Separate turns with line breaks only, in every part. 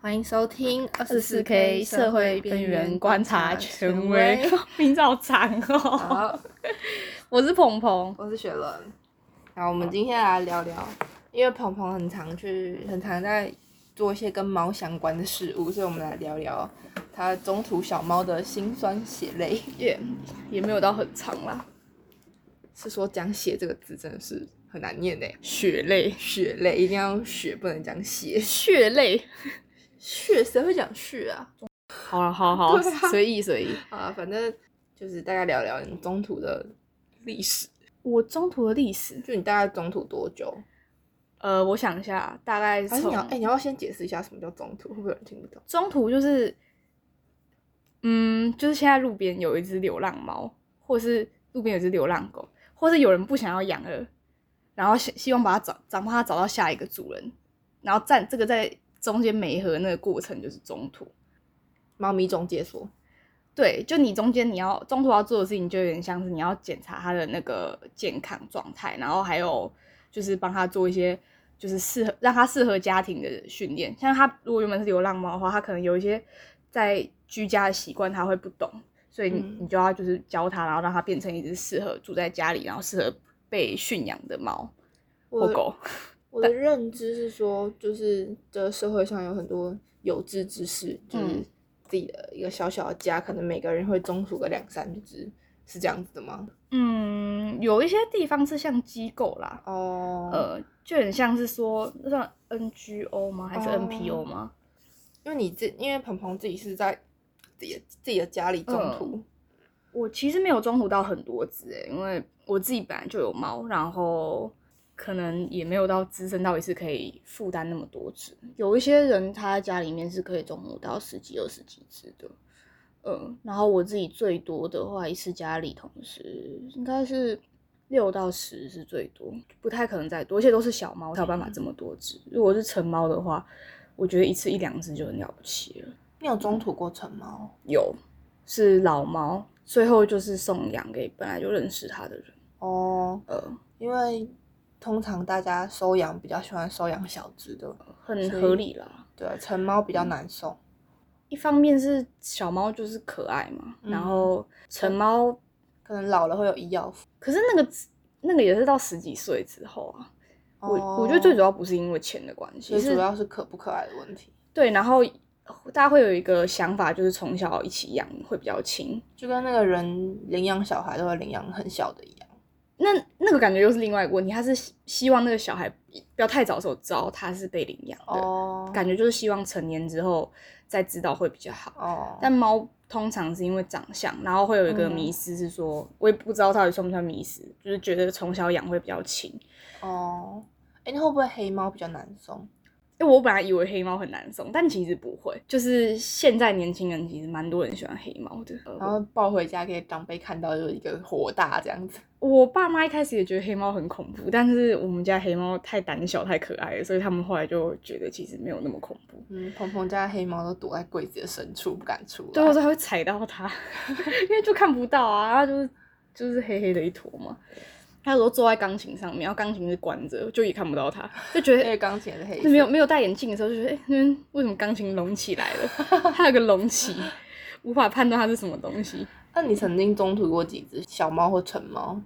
欢迎收听二
四
十
四
四
K
K
社
社
会
会
边
边
缘
缘
观
观
察
察
权
权
威
威。，
名字好长哦。
好，
我是鹏鹏，
我是雪伦。好，我们今天来聊聊，因为鹏鹏很常去，很常在做一些跟猫相关的事物，所以我们来聊聊他中途小猫的辛酸血泪。
也也没有到很长啦，
是说讲血这个字真的是很难念诶，
血泪，
血泪一定要用血，不能讲血。
血泪。
血谁会讲血啊？
好了，好好，
对啊
随意随意。
啊，反正就是大概聊聊你中途的历史，
我中途的历史，
就你大概中途多久？
呃，我想一下，大概
还是
从
你要哎、你要先解释一下什么叫中途，会不会有人听不懂？
中途就是，嗯，就是现在路边有一只流浪猫，或是路边有一只流浪狗，或是有人不想要养了，然后希希望把它找，找帮它找到下一个主人，然后站这个在中间媒合那个过程就是中途。
猫咪中介说，
对，就你中间你要中途要做的事情，就有点像是你要检查它的那个健康状态，然后还有就是帮它做一些就是适合让它适合家庭的训练。像它如果原本是流浪猫的话，它可能有一些在居家的习惯，它会不懂，所以你、
嗯
你就要就是教它，然后让它变成一只适合住在家里，然后适合被驯养的猫
我
或
的
狗。
我的认知是说，就是这社会上有很多有志之士，就是
嗯
自己的一个小小的家，可能每个人会中途个两三只，是这样子的吗？
嗯，有一些地方是像机构啦，
哦，
呃，就很像是说那算 NGO 吗？还是
哦
NPO 吗？
因为你自因为鹏鹏自己是在自己的自己的家里中
嗯
途，
我其实没有中途到很多只诶、因为我自己本来就有猫，然后可能也没有到资深到一次可以负担那么多只。有一些人他家里面是可以中途到十几、二十几只的，嗯，然后我自己最多的话，一次家里同时应该是六到十是最多，不太可能再多，而且都是小猫才有办法这么多只。如果是成猫的话，我觉得一次一两只就很了不起了。
你有中途过成猫？
有，是老猫，最后就是送养给本来就认识他的人。
哦，
呃，
因为通常大家收养比较喜欢收养小只的，
很
所以
合理啦。
对，成猫比
嗯
较难送。
一方面是小猫就是可爱嘛，然
嗯
后成猫，
可能老了会有医药费。
可是那个那个也是到十几岁之后啊。我我觉得最主要不是因为钱的关系，
哦最
是
主要是可不可爱的问题，
对，然后大家会有一个想法，就是从小一起养会比较亲。
就跟那个人领养小孩都会领养很小的一样。
那那个感觉又是另外一个问题，他是希希望那个小孩不要太早的时候知道他是被领养的，
哦
感觉就是希望成年之后再知道会比较好。
哦，
但猫通常是因为长相，然后会有一个
嗯
迷失，是说、我也不知道到底算不算迷失，就是觉得从小养会比较亲。
哦，哎，那会不会黑猫比较难送？
因为我本来以为黑猫很难送，但其实不会。就是现在年轻人其实蛮多人喜欢黑猫的。
然后抱回家给长辈看到，有一个火大这样子。
我爸妈一开始也觉得黑猫很恐怖，但是我们家黑猫太胆小、太可爱了，所以他们后来就觉得其实没有那么恐怖。
嗯，鹏鹏家的黑猫都躲在柜子的深处不敢出来。
对，啊我说还会踩到它， 因为就看不到啊，然后就是就是黑黑的一坨嘛。他有时候坐在钢琴上面，然后钢琴是关着，就也看不到它，就 觉
那
得
个钢琴也是黑色
那没有没有戴眼镜的时候，就觉得哎、诶那边为什么钢琴隆起来了？ 它有个隆起，无法判断它是什么东西。
那你曾经中途过几只小猫或成猫？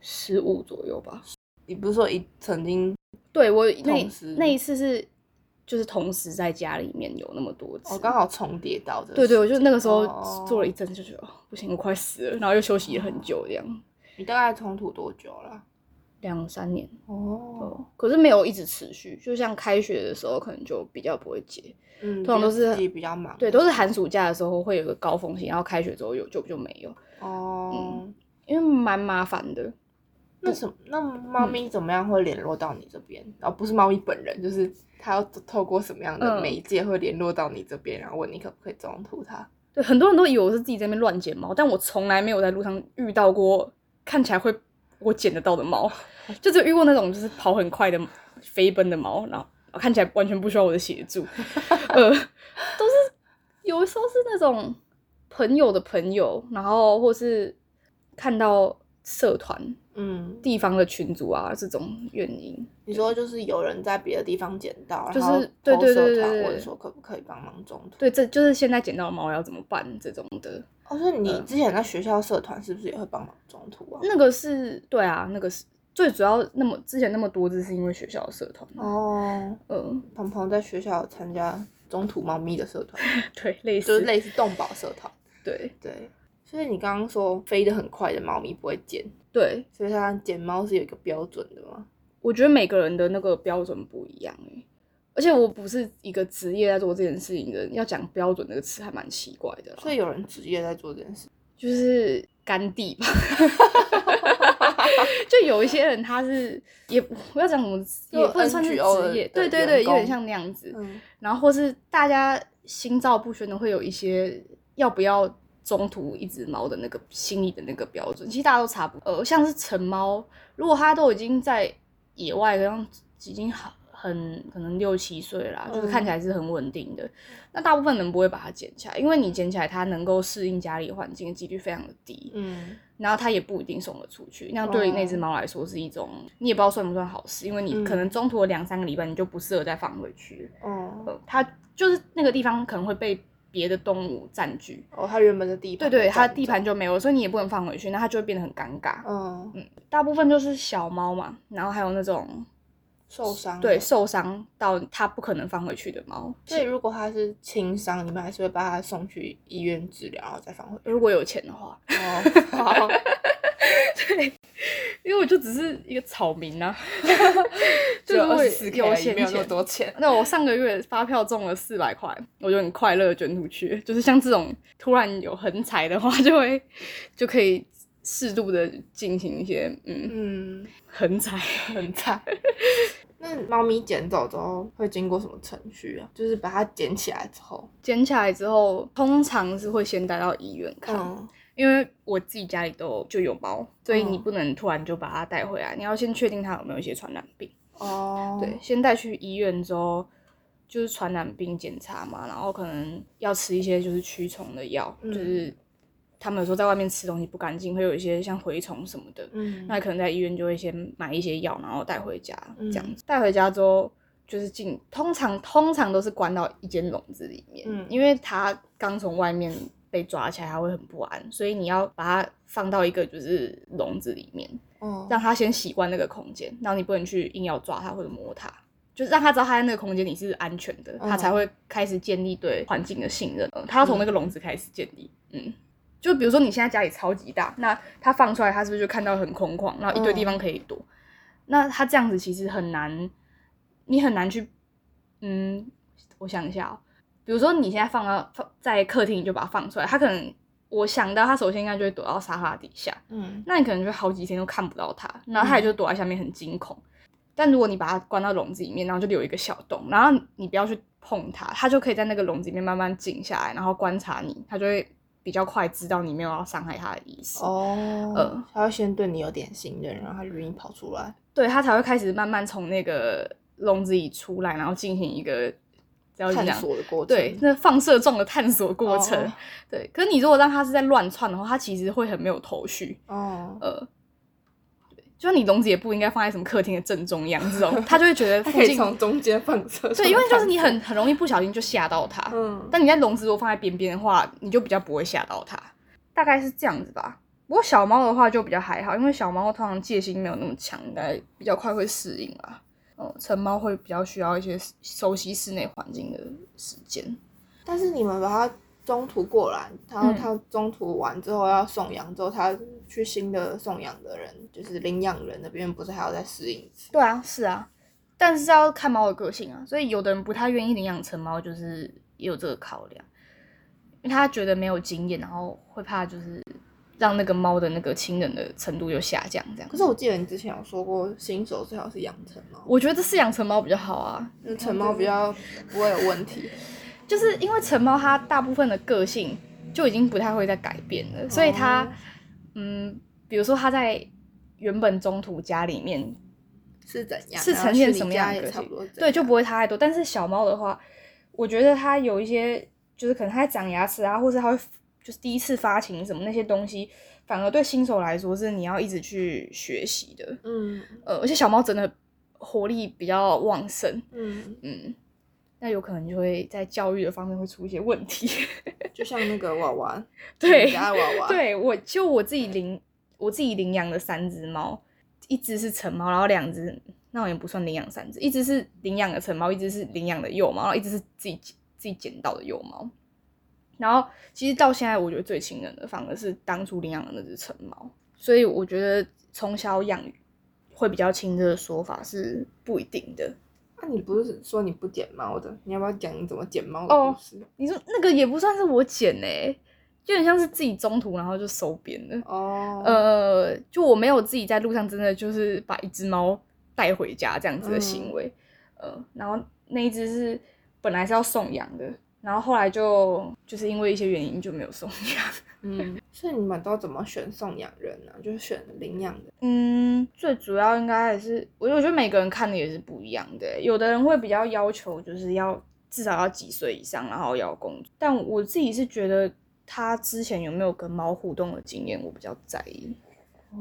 十五左右吧。
你不是说一曾经
对我那
同时
那一次是就是同时在家里面有那么多次，
哦刚好重叠到的？
对对，我就那个时
哦
候做了一阵，就觉得、哦、不行，我快死了，然后又休息了很久，这
哦
样
你大概中途多久了？
两三年。
哦，
可是没有一直持续，就像开学的时候可能就比较不会接，
嗯，
通常都是
自己比较忙。
对，都是寒暑假的时候会有个高峰期，然后开学之后有就就没有，
哦，
因为蛮麻烦的。
那什那猫
嗯
咪怎么样会联络到你这边？然后不是猫咪本人，就是它要透过什么样的
嗯
媒介会联络到你这边，然后问你可不可以中途它？
对，很多人都以为我是自己在那边乱捡猫，但我从来没有在路上遇到过看起来会我捡得到的猫，就只有遇过那种就是跑很快的飞奔的猫，然后看起来完全不需要我的协助，呃，都是有的时候是那种朋友的朋友，然后或是看到社团
嗯，
地方的群组啊这种原因。
你说就是有人在别的地方捡到，
就是
然后
对对
投社
对对
团
对
问说可不可以帮忙中途？
对，这就是现在捡到猫要怎么办这种的。
哦，所以
嗯
你之前在学校社团是不是也会帮忙中途啊？
那个是对啊，那个是最主要。那么之前那么多只是因为学校的社团。
哦，
嗯，
鹏鹏在学校有参加中途猫咪的社 团，
对，类似
就是类似动保社团。
对
对，所以你刚刚说飞得很快的猫咪不会捡，
对，
所以它捡猫是有一个标准的吗？
我觉得每个人的那个标准不一样哎、而且我不是一个职业在做这件事情的人，要讲标准这个词还蛮奇怪的啦。
所以有人职业在做这件事。
就是甘地 吧。就有一些人他是也不要讲什么，
就
也不能算是
NGO 的
职业，
的
对对对，
员
有
工
点像那样子。
嗯，
然后或是大家心照不宣的会有一些要不要中途一只猫的那个心理的那个标准，其实大家都差不多。呃，像是成猫，如果它都已经在野外，然后已经很很可能六七岁啦，就是
嗯
看起来是很稳定的，那大部分人不会把它捡起来，因为你捡起来它能够适应家里环境的几率非常的低，
嗯，哦
然后它也不一定送得出去。那对于那只猫来说是一种，你也不知道算不算好事，因为你
嗯
可能中途的两三个礼拜你就不适合再放回去了。
哦，
呃，它就是那个地方可能会被别的动物占据，
哦，它原本的地
对
盘。
对，它的地。盘就没有了，所以你也不能放回去，那它就会变得很尴尬。
嗯，
大部分就是小猫嘛，然后还有那种
受伤了。
对受伤到它不可能放回去的猫，
所以如果它是轻伤，你们还是会把它送去医院治疗，然后再放回去。
如果有钱的话，
哦， 好，
因为我就只是一个草民 啊，就是
二
我
十四 K，
有闲
没有那么
钱。
多钱。
那我上个月发票中了四百块，我就很快乐地捐出去。就是像这种突然有横财的话，就会就可以适度的进行一些嗯
嗯，
横财。
很惨。 那猫咪捡走之后会经过什么程序啊？就是把它捡起来之后，
捡起来之后，通常是会先带到医院看，
嗯
因为我自己家里都有就有猫，所以
嗯
你不能突然就把它带回来，你要先确定它有没有一些传染病。
哦，
对，，先带去医院之后，就是传染病检查嘛，然后可能要吃一些就是驱虫的药，
嗯
就是他们有时候在外面吃东西不干净，会有一些像蛔虫什么的，
嗯，
那可能在医院就会先买一些药，然后带回家
嗯
这样子。带、回家之后，就是进，通常通常都是关到一间笼子里面，
嗯
因为它刚从外面被抓起来，它会很不安，所以你要把它放到一个就是笼子里面，
哦，
让它先习惯那个空间，然后你不能去硬要抓它或者摸它。就是让它知道它在那个空间里是安全的，它
嗯
才会开始建立对环境的信任。呃它要从那个笼子开始建立，嗯就比如说你现在家里超级大，那它放出来，它是不是就看到很空旷，然后一堆地方可以躲？
嗯
那它这样子其实很难，你很难去，嗯，我想一下哦，比如说你现在放到放在客厅，你就把它放出来，它可能我想到它首先应该就会躲到沙发底下，
嗯
那你可能就好几天都看不到它，然后它也就躲在下面很惊恐。但如果你把它关到笼子里面，然后就留一个小洞，然后你不要去碰它，它就可以在那个笼子里面慢慢静下来，然后观察你，它就会比较快知道你没有要伤害它的意思。
哦，
呃
它会先对你有点信任，然后它就愿意跑出来。
对，它才会开始慢慢从那个笼子里出来，然后进行一个要
探
讲
索的过程，
对那放射状的探索过程。
哦
对，可是你如果让它是在乱窜的话，它其实会很没有头绪。
哦，
呃，对，就像你笼子也不应该放在什么客厅的正中央 这种，他就会觉得
它
附
可以
近
从中间放射出来。
对，因为就是你很很容易不小心就吓到它。
嗯，
但你在笼子如果放在边边的话，你就比较不会吓到它，大概是这样子吧。不过小猫的话就比较还好，因为小猫通常戒心没有那么强，应该比较快会适应啦。哦，成猫会比较需要一些熟悉室内环境的时间。
但是你们把它中途过来，然后
嗯
它中途完之后要送养，之后它去新的送养的人，就是领养人那边，不是还要再适应一次？
对啊，是啊，但是要看猫的个性啊，所以有的人不太愿意领养成猫，就是也有这个考量，因为他觉得没有经验，然后会怕就是让那个猫的那个亲人的程度又下降这样。
可是我记得你之前有说过，新手最好是养成猫，
我觉得饲养成猫比较好啊，
那成猫比较不会有问题。
就是因为成猫它大部分的个性就已经不太会再改变了，所以它
哦
嗯，比如说它在原本中途家里面
是怎样？
是呈现什么
然
样
后去你家
的个
也差
性
不多。
对，就不会差太多。但是小猫的话，我觉得它有一些，就是可能它在长牙齿啊，或是它会就是第一次发情什么那些东西，反而对新手来说是你要一直去学习的。
嗯
呃，而且小猫真的活力比较旺盛，
嗯，
嗯，那有可能就会在教育的方面会出一些问题。
就像那个娃娃，
对
你家的娃娃，，
对我就我自己领我自己领养的三只猫，一只是成猫，然后两只那我也不算领养三只，一只是领养的成猫，一只是领养的幼猫，然后一只是自己捡自己捡到的幼猫。然后其实到现在，我觉得最亲人的反而是当初领养的那只成猫，所以我觉得从小养会比较亲这个说法是不一定的。
那、啊你不是说你不捡猫的？你要不要讲你怎么捡猫
哦
的故事？
你说那个也不算是我捡嘞、就很像是自己中途然后就收编的。
哦，
呃，就我没有自己在路上真的就是把一只猫带回家这样子的行为，呃，然后那一只是本来是要送养的，然后后来就就是因为一些原因就没有送养。
嗯，所以你们都怎么选送养人呢、就是选领养的，
嗯，最主要应该还是我觉得我觉得每个人看的也是不一样的，欸有的人会比较要求就是要至少要几岁以上，然后要工作，但我自己是觉得他之前有没有跟猫互动的经验，我比较在意。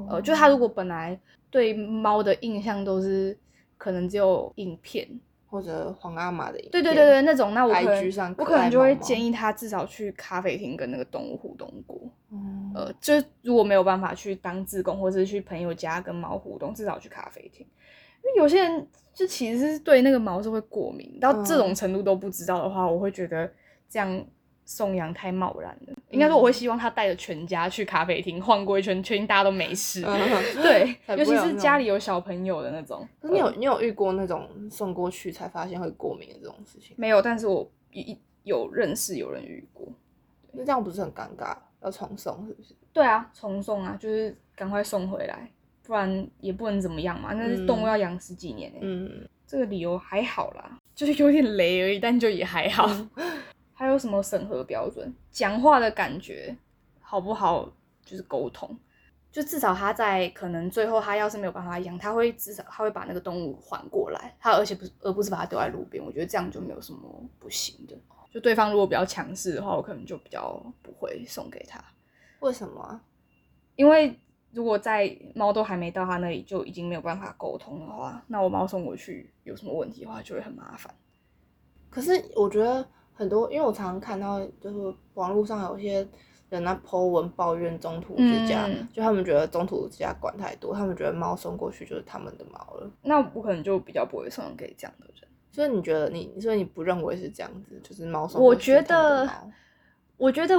呃，就他如果本来对猫的印象都是可能只有影片，
或者皇阿玛的影片，哦
对对对对，那种，那我可
IG
能
上
我
可
可能
爱
就会
猫猫
建议他至少去咖啡厅跟那个动物互动过。
嗯，
呃，就是如果没有办法去当志工，或是去朋友家跟猫互动，至少去咖啡厅。因为有些人就其实是对那个毛是会过敏，到这种
嗯
程度都不知道的话，我会觉得这样送养太贸然了。应该
嗯
说，我会希望他带着全家去咖啡厅晃过一圈，确定大家都没事。
嗯
对，
才不会
尤其
有
是
那
家
种
里有小朋友的那种。
可是你
呃
有你有遇过那种送过去才发现会过敏的这种事情？
没有？但是我一有认识有人遇过。
那这样不是很尴尬？要重送是不是？
对啊，重送啊，就是赶快送回来，不然也不能怎么样嘛。那是动物
嗯
要养十几年欸
嗯，
这个理由还好啦，就是有点雷而已，但就也还好。 还有什么审核标准？讲话的感觉好不好？就是沟通，就至少他在可能最后他要是没有办法养，他会至少他会把那个动物还过来，他而且不是而不是把它丢在路边。我觉得这样就没有什么不行的。就对方如果比较强势的话，我可能就比较不会送给他，
为什么啊？
因为如果在猫都还没到他那里就已经没有办法沟通的话，那我猫送过去有什么问题的话就会很麻烦。
可是我觉得很多，因为我常常看到，就是网络上有些人那 po 文抱怨中途之家，
嗯
就他们觉得中途之家管太多，他们觉得猫送过去就是他们的猫了。
那我可能就比较不会送给这样的人。
所以你觉得你，所以你不认为是这样子，就是猫送
我
过去
觉
是他们的
得
猫？，
我觉得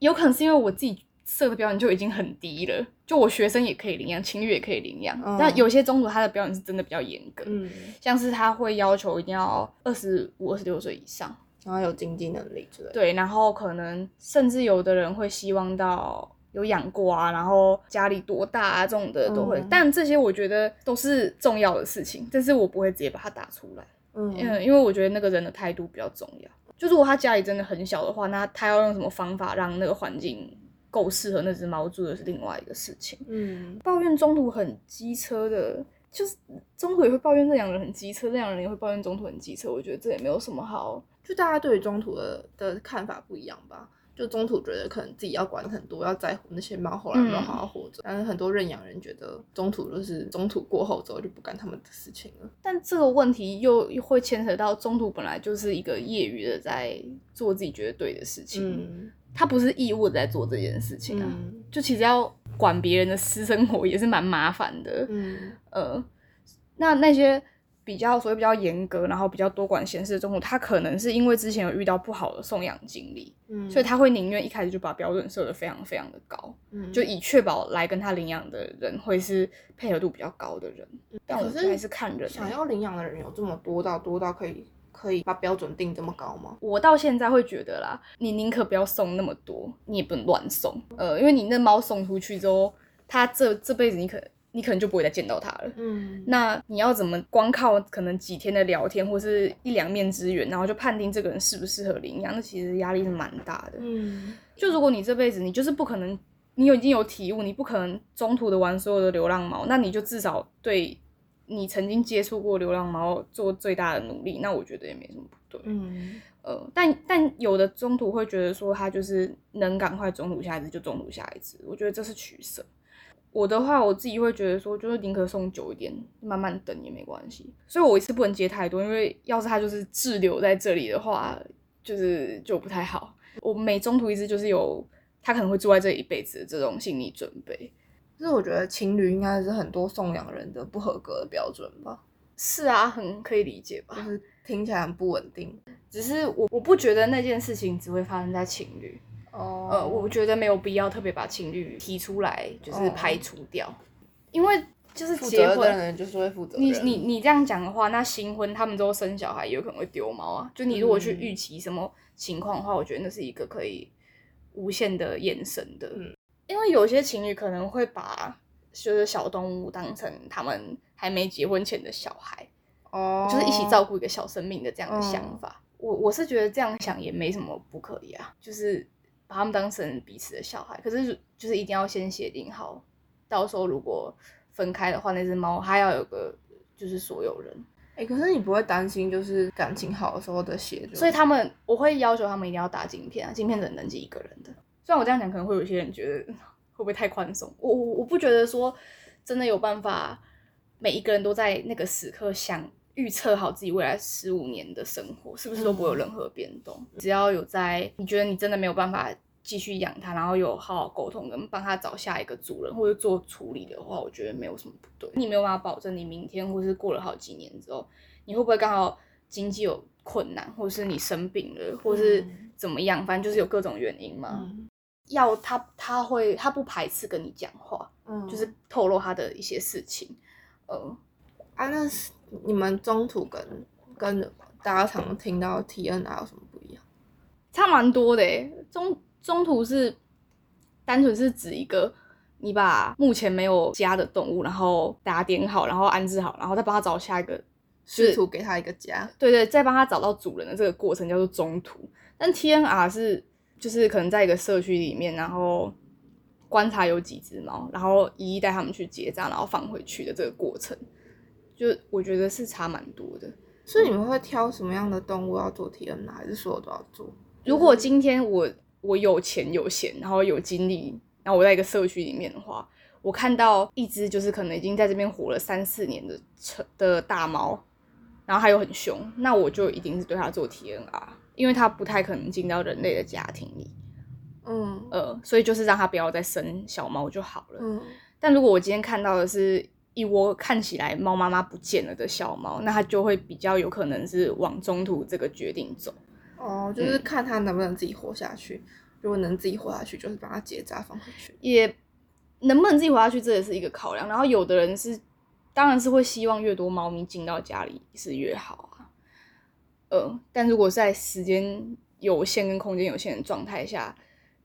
有可能是因为我自己设的标准就已经很低了，就我学生也可以领养，情侣也可以领养，
嗯
但有些中途他的标准是真的比较严格，
嗯，
像是他会要求一定要二十五、二十六岁以上，
然后有经济能力之类的。
对，然后可能甚至有的人会希望到。有养过啊，然后家里多大啊，这种的都会，
嗯
但这些我觉得都是重要的事情，但是我不会直接把它打出来。
嗯
嗯，因为我觉得那个人的态度比较重要。就如果他家里真的很小的话，那他要用什么方法让那个环境够适合那只猫住的是另外一个事情。
嗯，
抱怨中途很机车的，就是中途也会抱怨这两个人很机车，这两个人也会抱怨中途很机车。我觉得这也没有什么好。
就大家对于中途的的看法不一样吧。就中途觉得可能自己要管很多，要在乎那些猫后来有没有
嗯
好好活着。但是很多认养人觉得中途就是中途过后之后就不干他们的事情了。
但这个问题又又会牵扯到中途本来就是一个业余的在做自己觉得对的事情，
嗯
他不是义务的在做这件事情啊。
嗯
就其实要管别人的私生活也是蛮麻烦的。
嗯
呃，那那些比较所谓比较严格，然后比较多管闲事的中途，他可能是因为之前有遇到不好的送养经历，
嗯，
所以他会宁愿一开始就把标准设得非常非常的高，
嗯
就以确保来跟他领养的人会是配合度比较高的人。但我
嗯可
觉
是
得还是看人欸、
想要领养的人有这么多到多到可以可以把标准定这么高吗？
我到现在会觉得啦，你宁可不要送那么多，你也不能乱送。呃，因为你那猫送出去之后，它这这辈子你可你可能就不会再见到它了。
嗯
那你要怎么光靠可能几天的聊天或是一两面之缘，然后就判定这个人适不适合领养？那其实压力是蛮大的。
嗯
就如果你这辈子你就是不可能，你有已经有体悟，你不可能中途的玩所有的流浪猫，那你就至少对你曾经接触过流浪猫，做最大的努力，那我觉得也没什么不对。
嗯，
呃，但但有的中途会觉得说他就是能赶快中途下一只就中途下一只，我觉得这是取舍。我的话，我自己会觉得说，就是宁可送久一点，慢慢等也没关系。所以我一次不能接太多，因为要是它就是滞留在这里的话，就是就不太好。我每中途一只，就是有它可能会住在这里一辈子的这种心理准备。
就是我觉得情侣应该是很多送养人的不合格的标准吧，
是啊，很可以理解吧。
就是听起来很不稳定。
只是我我不觉得那件事情只会发生在情侣，
哦
呃，我觉得没有必要特别把情侣提出来，就是
哦
排除掉，因为就是
负
结
责任的
婚，
人就是会负责
你
任
你你这样讲的话，那新婚他们之后生小孩也有可能会丢毛啊。就你如果去
嗯
预期什么情况的话，我觉得那是一个可以无限的延伸的，
嗯
因为有些情侣可能会把就是小动物当成他们还没结婚前的小孩，
哦，
就是一起照顾一个小生命的这样的想
嗯
法。我我是觉得这样想也没什么不可以啊，就是把他们当成彼此的小孩。可是就是一定要先协定好，到时候如果分开的话，那只猫它要有个就是所有人。
哎、可是你不会担心就是感情好的时候的血就，
所以他们我会要求他们一定要打晶片啊，晶片只能登记一个人的。虽然我这样讲可能会有些人觉得嗯会不会太宽松，我我我不觉得说真的有办法每一个人都在那个时刻想预测好自己未来十五年的生活是不是都不会有任何变动，只要有在你觉得你真的没有办法。继续养它，然后有好好沟通，跟帮它找下一个主人或者做处理的话，我觉得没有什么不对。你没有办法保证你明天或是过了好几年之后，你会不会刚好经济有困难，或是你生病了，或是
嗯
怎么样，反正就是有各种原因嘛。
嗯
要他他会他不排斥跟你讲话，
嗯
就是透露他的一些事情。呃，
啊，那是你们中途跟跟大家常听到 TNR 有什么不一样？
差蛮多的欸中中途是单纯是指一个。你把目前没有家的动物，然后打点好，然后安置好，然后再帮他找下一个
试图给他一个家，
对对，再帮他找到主人的这个过程叫做中途。但 TNR 是就是可能在一个社区里面，然后观察有几只猫，然后一一带它们去结扎，然后放回去的这个过程，就我觉得是差蛮多的。
所以你们会挑什么样的动物要做 TNR，还是所有都要做？
如果今天我我有钱有闲，然后有精力，然后我在一个社区里面的话，我看到一只就是可能已经在这边活了三四年的成的大猫，然后它又很凶，那我就一定是对它做 TNR，因为啊它不太可能进到人类的家庭里，
嗯
呃，所以就是让它不要再生小猫就好了。
嗯
但如果我今天看到的是一窝看起来猫妈妈不见了的小猫，那它就会比较有可能是往中途这个决定走。
哦，就是
嗯
看他能不能自己活下去。如果能自己活下去，就是把它结扎放回去。
也能不能自己活下去，这也是一个考量。然后有的人是，当然是会希望越多猫咪进到家里是越好啊。呃，但如果在时间有限跟空间有限的状态下，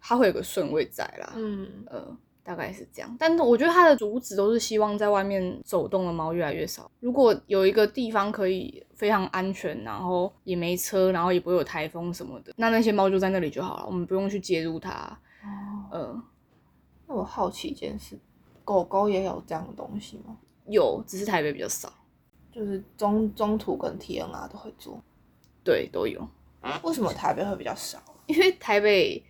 它会有个顺位在啦。
嗯，
呃，大概是这样。但是我觉得它的主旨都是希望在外面走动的猫越来越少。如果有一个地方可以非常安全，然后也没车，然后也不会有台风什么的，那那些猫就在那里就好了，我们不用去介入它。
哦，
呃，
那我好奇一件事，狗狗也有这样的东西吗？
有，只是台北比较少。
就是中中途跟 TNR 都会做，
对，都有，
为什么台北会比较少？
因为台北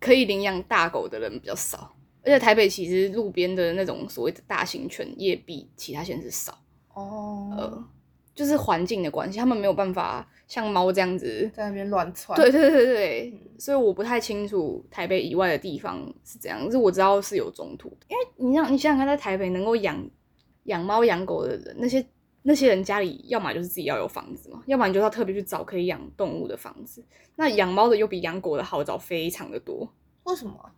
可以领养大狗的人比较少，而且台北其实路边的那种所谓的大型犬也比其他县市少，
哦，
就是环境的关系，他们没有办法像猫这样子。
在那边乱窜。
对，对对对，
嗯
所以我不太清楚台北以外的地方是怎样，可是我知道是有中途的，因为你让你想想看，在台北能够养养猫养狗的人，那些那些人家里要么就是自己要有房子嘛，要不然你就要特别去找可以养动物的房子。那养猫的又比养狗的好找非常的多，
为什么啊？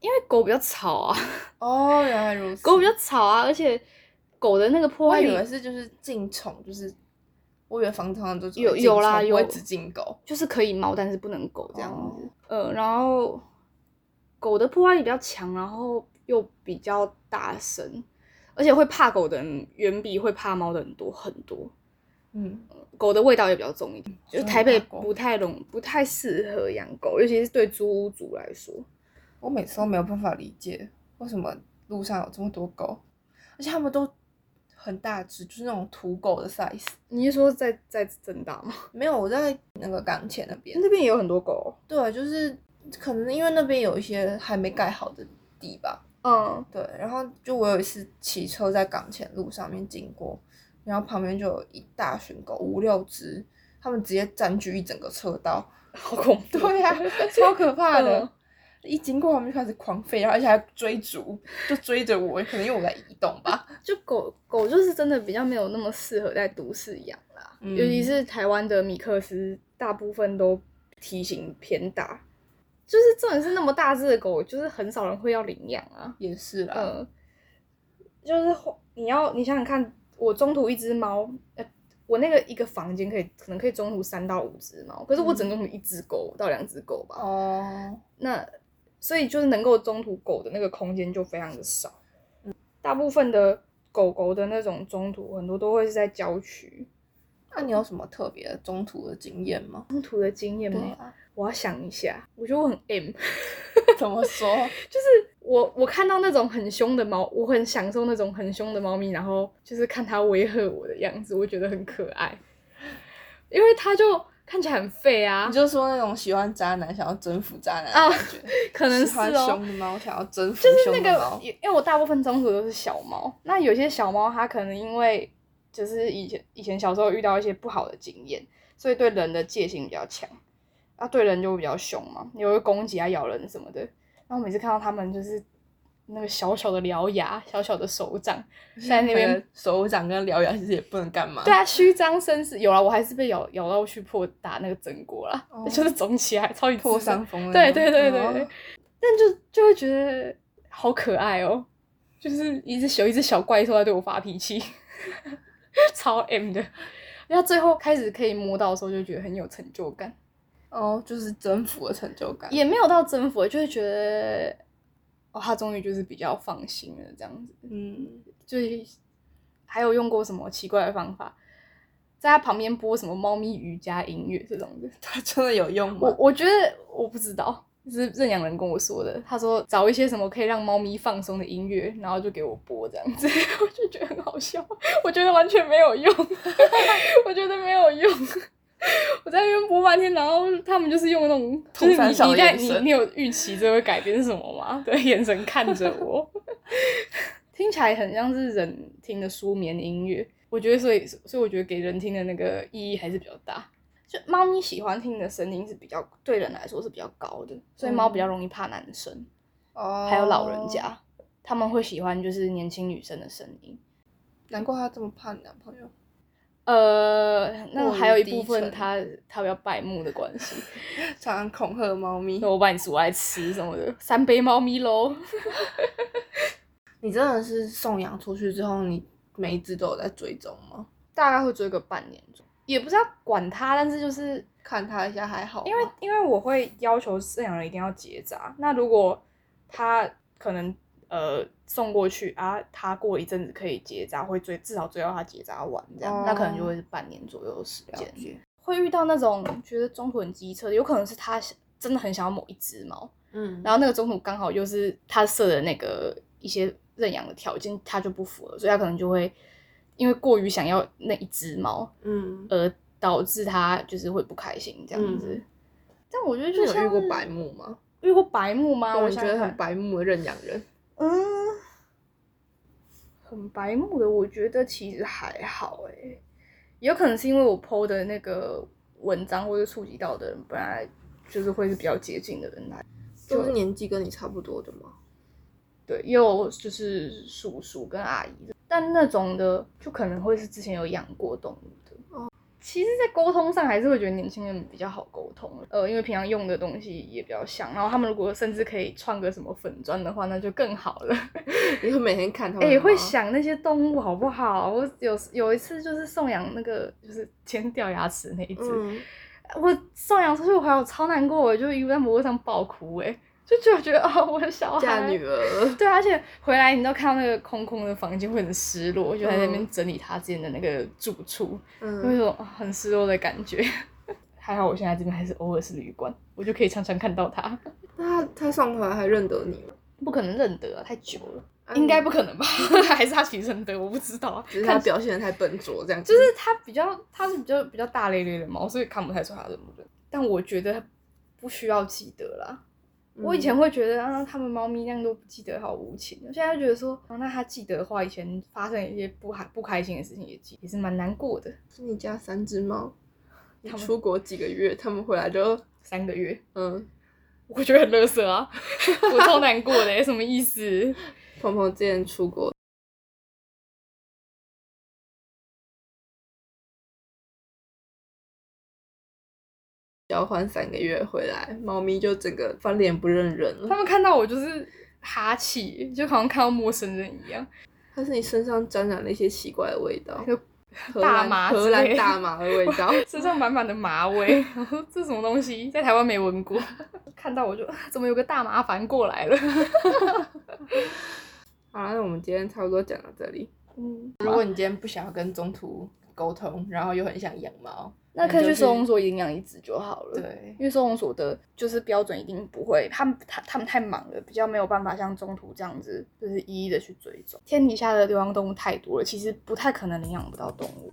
因为狗比较吵啊，
哦，原来如此。
狗比较吵啊，而且狗的那个破
我
坏
以
力
为是就是进宠，就是我以为房常常都只
有
会进
有啦
宠不会
有
只进狗。
就是可以猫，但是不能狗这样子。呃，然后狗的破坏力比较强，然后又比较大声，而且会怕狗的人远比会怕猫的人多很多。
嗯，
狗的味道也比较重一点，就
真
是
的
台北
怕狗
不太容不太适合养狗，尤其是对租屋族来说。
我每次都没有办法理解为什么路上有这么多狗，而且它们都很大只，就是那种土狗的 size。
你是说在在正大吗？
没有，我在那个港前那边。
那边也有很多狗。
对，就是可能因为那边有一些还没盖好的地吧。
嗯，
对，然后就我有一次骑车在港前路上面经过，然后旁边就有一大群狗，五六只，它们直接占据一整个车道。
好恐怖。哦
对呀、 超可怕的。
嗯
一经过，他们就开始狂吠，然后而且还追逐，就追着我，可能因为我在移动吧。
就狗狗就是真的比较没有那么适合在都市养啦，
嗯
尤其是台湾的米克斯，大部分都体型偏大，就是重点是那么大只的狗，就是很少人会要领养啊。
也是啦，
嗯，就是花你要你想想看，我中途一只猫，呃，我那个一个房间可以可能可以中途三到五只猫，可是我
嗯
只能中途一只狗到两只狗吧。
哦，
那所以就是能够中途狗的那个空间就非常的少。大部分的狗狗的那种中途，很多都会是在郊区。
那你有什么特别的中途的经验吗？
中途的经验
对
吗？
啊，
我要想一下，我觉得我很 M，
怎么说？
啊就是我我看到那种很凶的猫，我很享受那种很凶的猫咪，然后就是看它威吓我的样子，我觉得很可爱，因为它就看起来很废啊
你，就说那种喜欢渣男想要征服渣男
啊
的感觉，
可能
喜
是
欢
哦，
凶的猫想要征服
就是那
凶的猫
个，，因为我大部分中途都是小猫，那有些小猫它可能因为就是以前以前小时候遇到一些不好的经验，所以对人的戒心比较强，啊，对人就比较凶嘛，也会攻击啊、咬人什么的。然后每次看到它们就是那个小小的獠牙、小小的手掌，在那边
手掌跟獠牙其实也不能干嘛。
对啊，虚张声势。有了，我还是被咬咬到去破打那个针过啦，
哦
就是肿起来，超级
破
自然
伤风的那
对
种。
对对对
哦
对，但就就会觉得好可爱哦，就是一只小一只小怪兽在对我发脾气， 超 M 的。然后最后开始可以摸到的时候，就觉得很有成就感，
哦，就是征服的成就感。
也没有到征服，就会觉得哦，他终于就是比较放心了，这样子。
嗯，
就是还有用过什么奇怪的方法，在他旁边播什么猫咪瑜伽音乐这种的，
它真的有用吗
我？我觉得我不知道，是认养人跟我说的。他说找一些什么可以让猫咪放松的音乐，然后就给我播这样子， 我就觉得很好笑。我觉得完全没有用， 我觉得没有用。我在那边播半天，然后他们就是用那种，就
通
是
常
你
少
你在
眼
你
神
你有预期这会改变什么吗？ 对，眼神看着我，听起来很像是人听的舒眠音乐。我觉得，所以所以我觉得给人听的那个意义还是比较大。就猫咪喜欢听的声音是比较对人来说是比较高的，所以猫比较容易怕男生，
哦，
还有老人，家，他们会喜欢就是年轻女生的声音。
难怪她这么怕你男朋友。
呃，那
过于
还有一
低
部分
沉
他他比较白目的关系，
常常恐吓猫咪
那。我把你煮来吃什么的，三杯猫咪 喽。
你真的是送养出去之后，你每一只都有在追踪吗？
大概会追个半年左右，也不是要管它，但是就是
看它一下还好吗，
因为因为我会要求饲养人一定要结扎。那如果他可能呃送过去啊，他过一阵子可以结扎，会追至少追到他结扎完这样，
哦
那可能就会是半年左右的时
了
间。
解，
会遇到那种觉得中途很机车的，有可能是他想真的很想要某一只猫，
嗯，
然后那个中途刚好又是他设的那个一些认养的条件，他就不符合，所以他可能就会因为过于想要那一只猫，
嗯，
而导致他就是会不开心这样子。
嗯
但我觉得
你
就
有
像
遇过
是
白目吗？
遇过白目吗？
就
我
你觉
想
得
想看
很白目的认养人，
嗯，很白目的，我觉得其实还好诶、也有可能是因为我 PO 的那个文章或者触及到的人，本来就是会是比较接近的人来，
都
对
是年纪跟你差不多的吗？
对，也有就是叔叔跟阿姨的，但那种的就可能会是之前有养过动物的。
哦
其实，在沟通上还是会觉得年轻人比较好沟通，呃，因为平常用的东西也比较像，然后他们如果甚至可以创个什么粉砖的话，那就更好了。
你会每天看他们
哎、
吗？
会想那些动物好不好？我有有一次就是送养那个就是尖掉牙齿那一只，
嗯，
我送养出去，我还有超难过，我就一路在摩托上爆哭、哎，就就觉得啊、我的小孩
嫁女儿，
对，而且回来你都看到那个空空的房间，会很失落，就在那边整理他之前的那个住处，会有
嗯，
种啊很失落的感觉。 还好我现在这边还是偶尔是旅馆，我就可以常常看到他，
那他他上台还认得你吗？
不可能认得啊，太久了。
啊
应该
你
不可能吧？ 还是他其实很对，我不知道啊。
只是
看
他表现的太笨拙这样子。
就是它比较，它是比较比较大咧咧的猫，所以看不太出它认不认。但我觉得不需要记得啦。我以前
嗯
会觉得啊，他们猫咪那样都不记得，好无情。现在就觉得说，啊、那它记得的话，以前发生一些不还不开心的事情也记，也是蛮难过的。
你家三只猫，你
它们
出国几个月，他们回来就
三个月，
嗯，
我觉得很乐色啊， 我超难过的、欸什么意思？
鹏鹏之前出国，交换三个月回来，猫咪就整个翻脸不认人
他
了。
们看到我就是哈气，就好像看到陌生人一样。
但是你身上沾染了一些奇怪的味道，荷
大
兰
麻
荷
之类
兰
的
大麻的味道。
身上满满的麻味，然后这什么东西在台湾没闻过， 看到我就啊怎么有个大麻烦过来了。
好啦，那我们今天差不多讲到这里。
嗯，
如果你今天不想要跟中途沟通，然后又很想养猫，
那可以
你
去
就
收容所领养一只就好了。，
对，
因为收容所的就是标准一定不会，他们他他们太忙了，比较没有办法像中途这样子，就是一一的去追踪。天底下的流浪动物太多了，其实不太可能领养不到动物。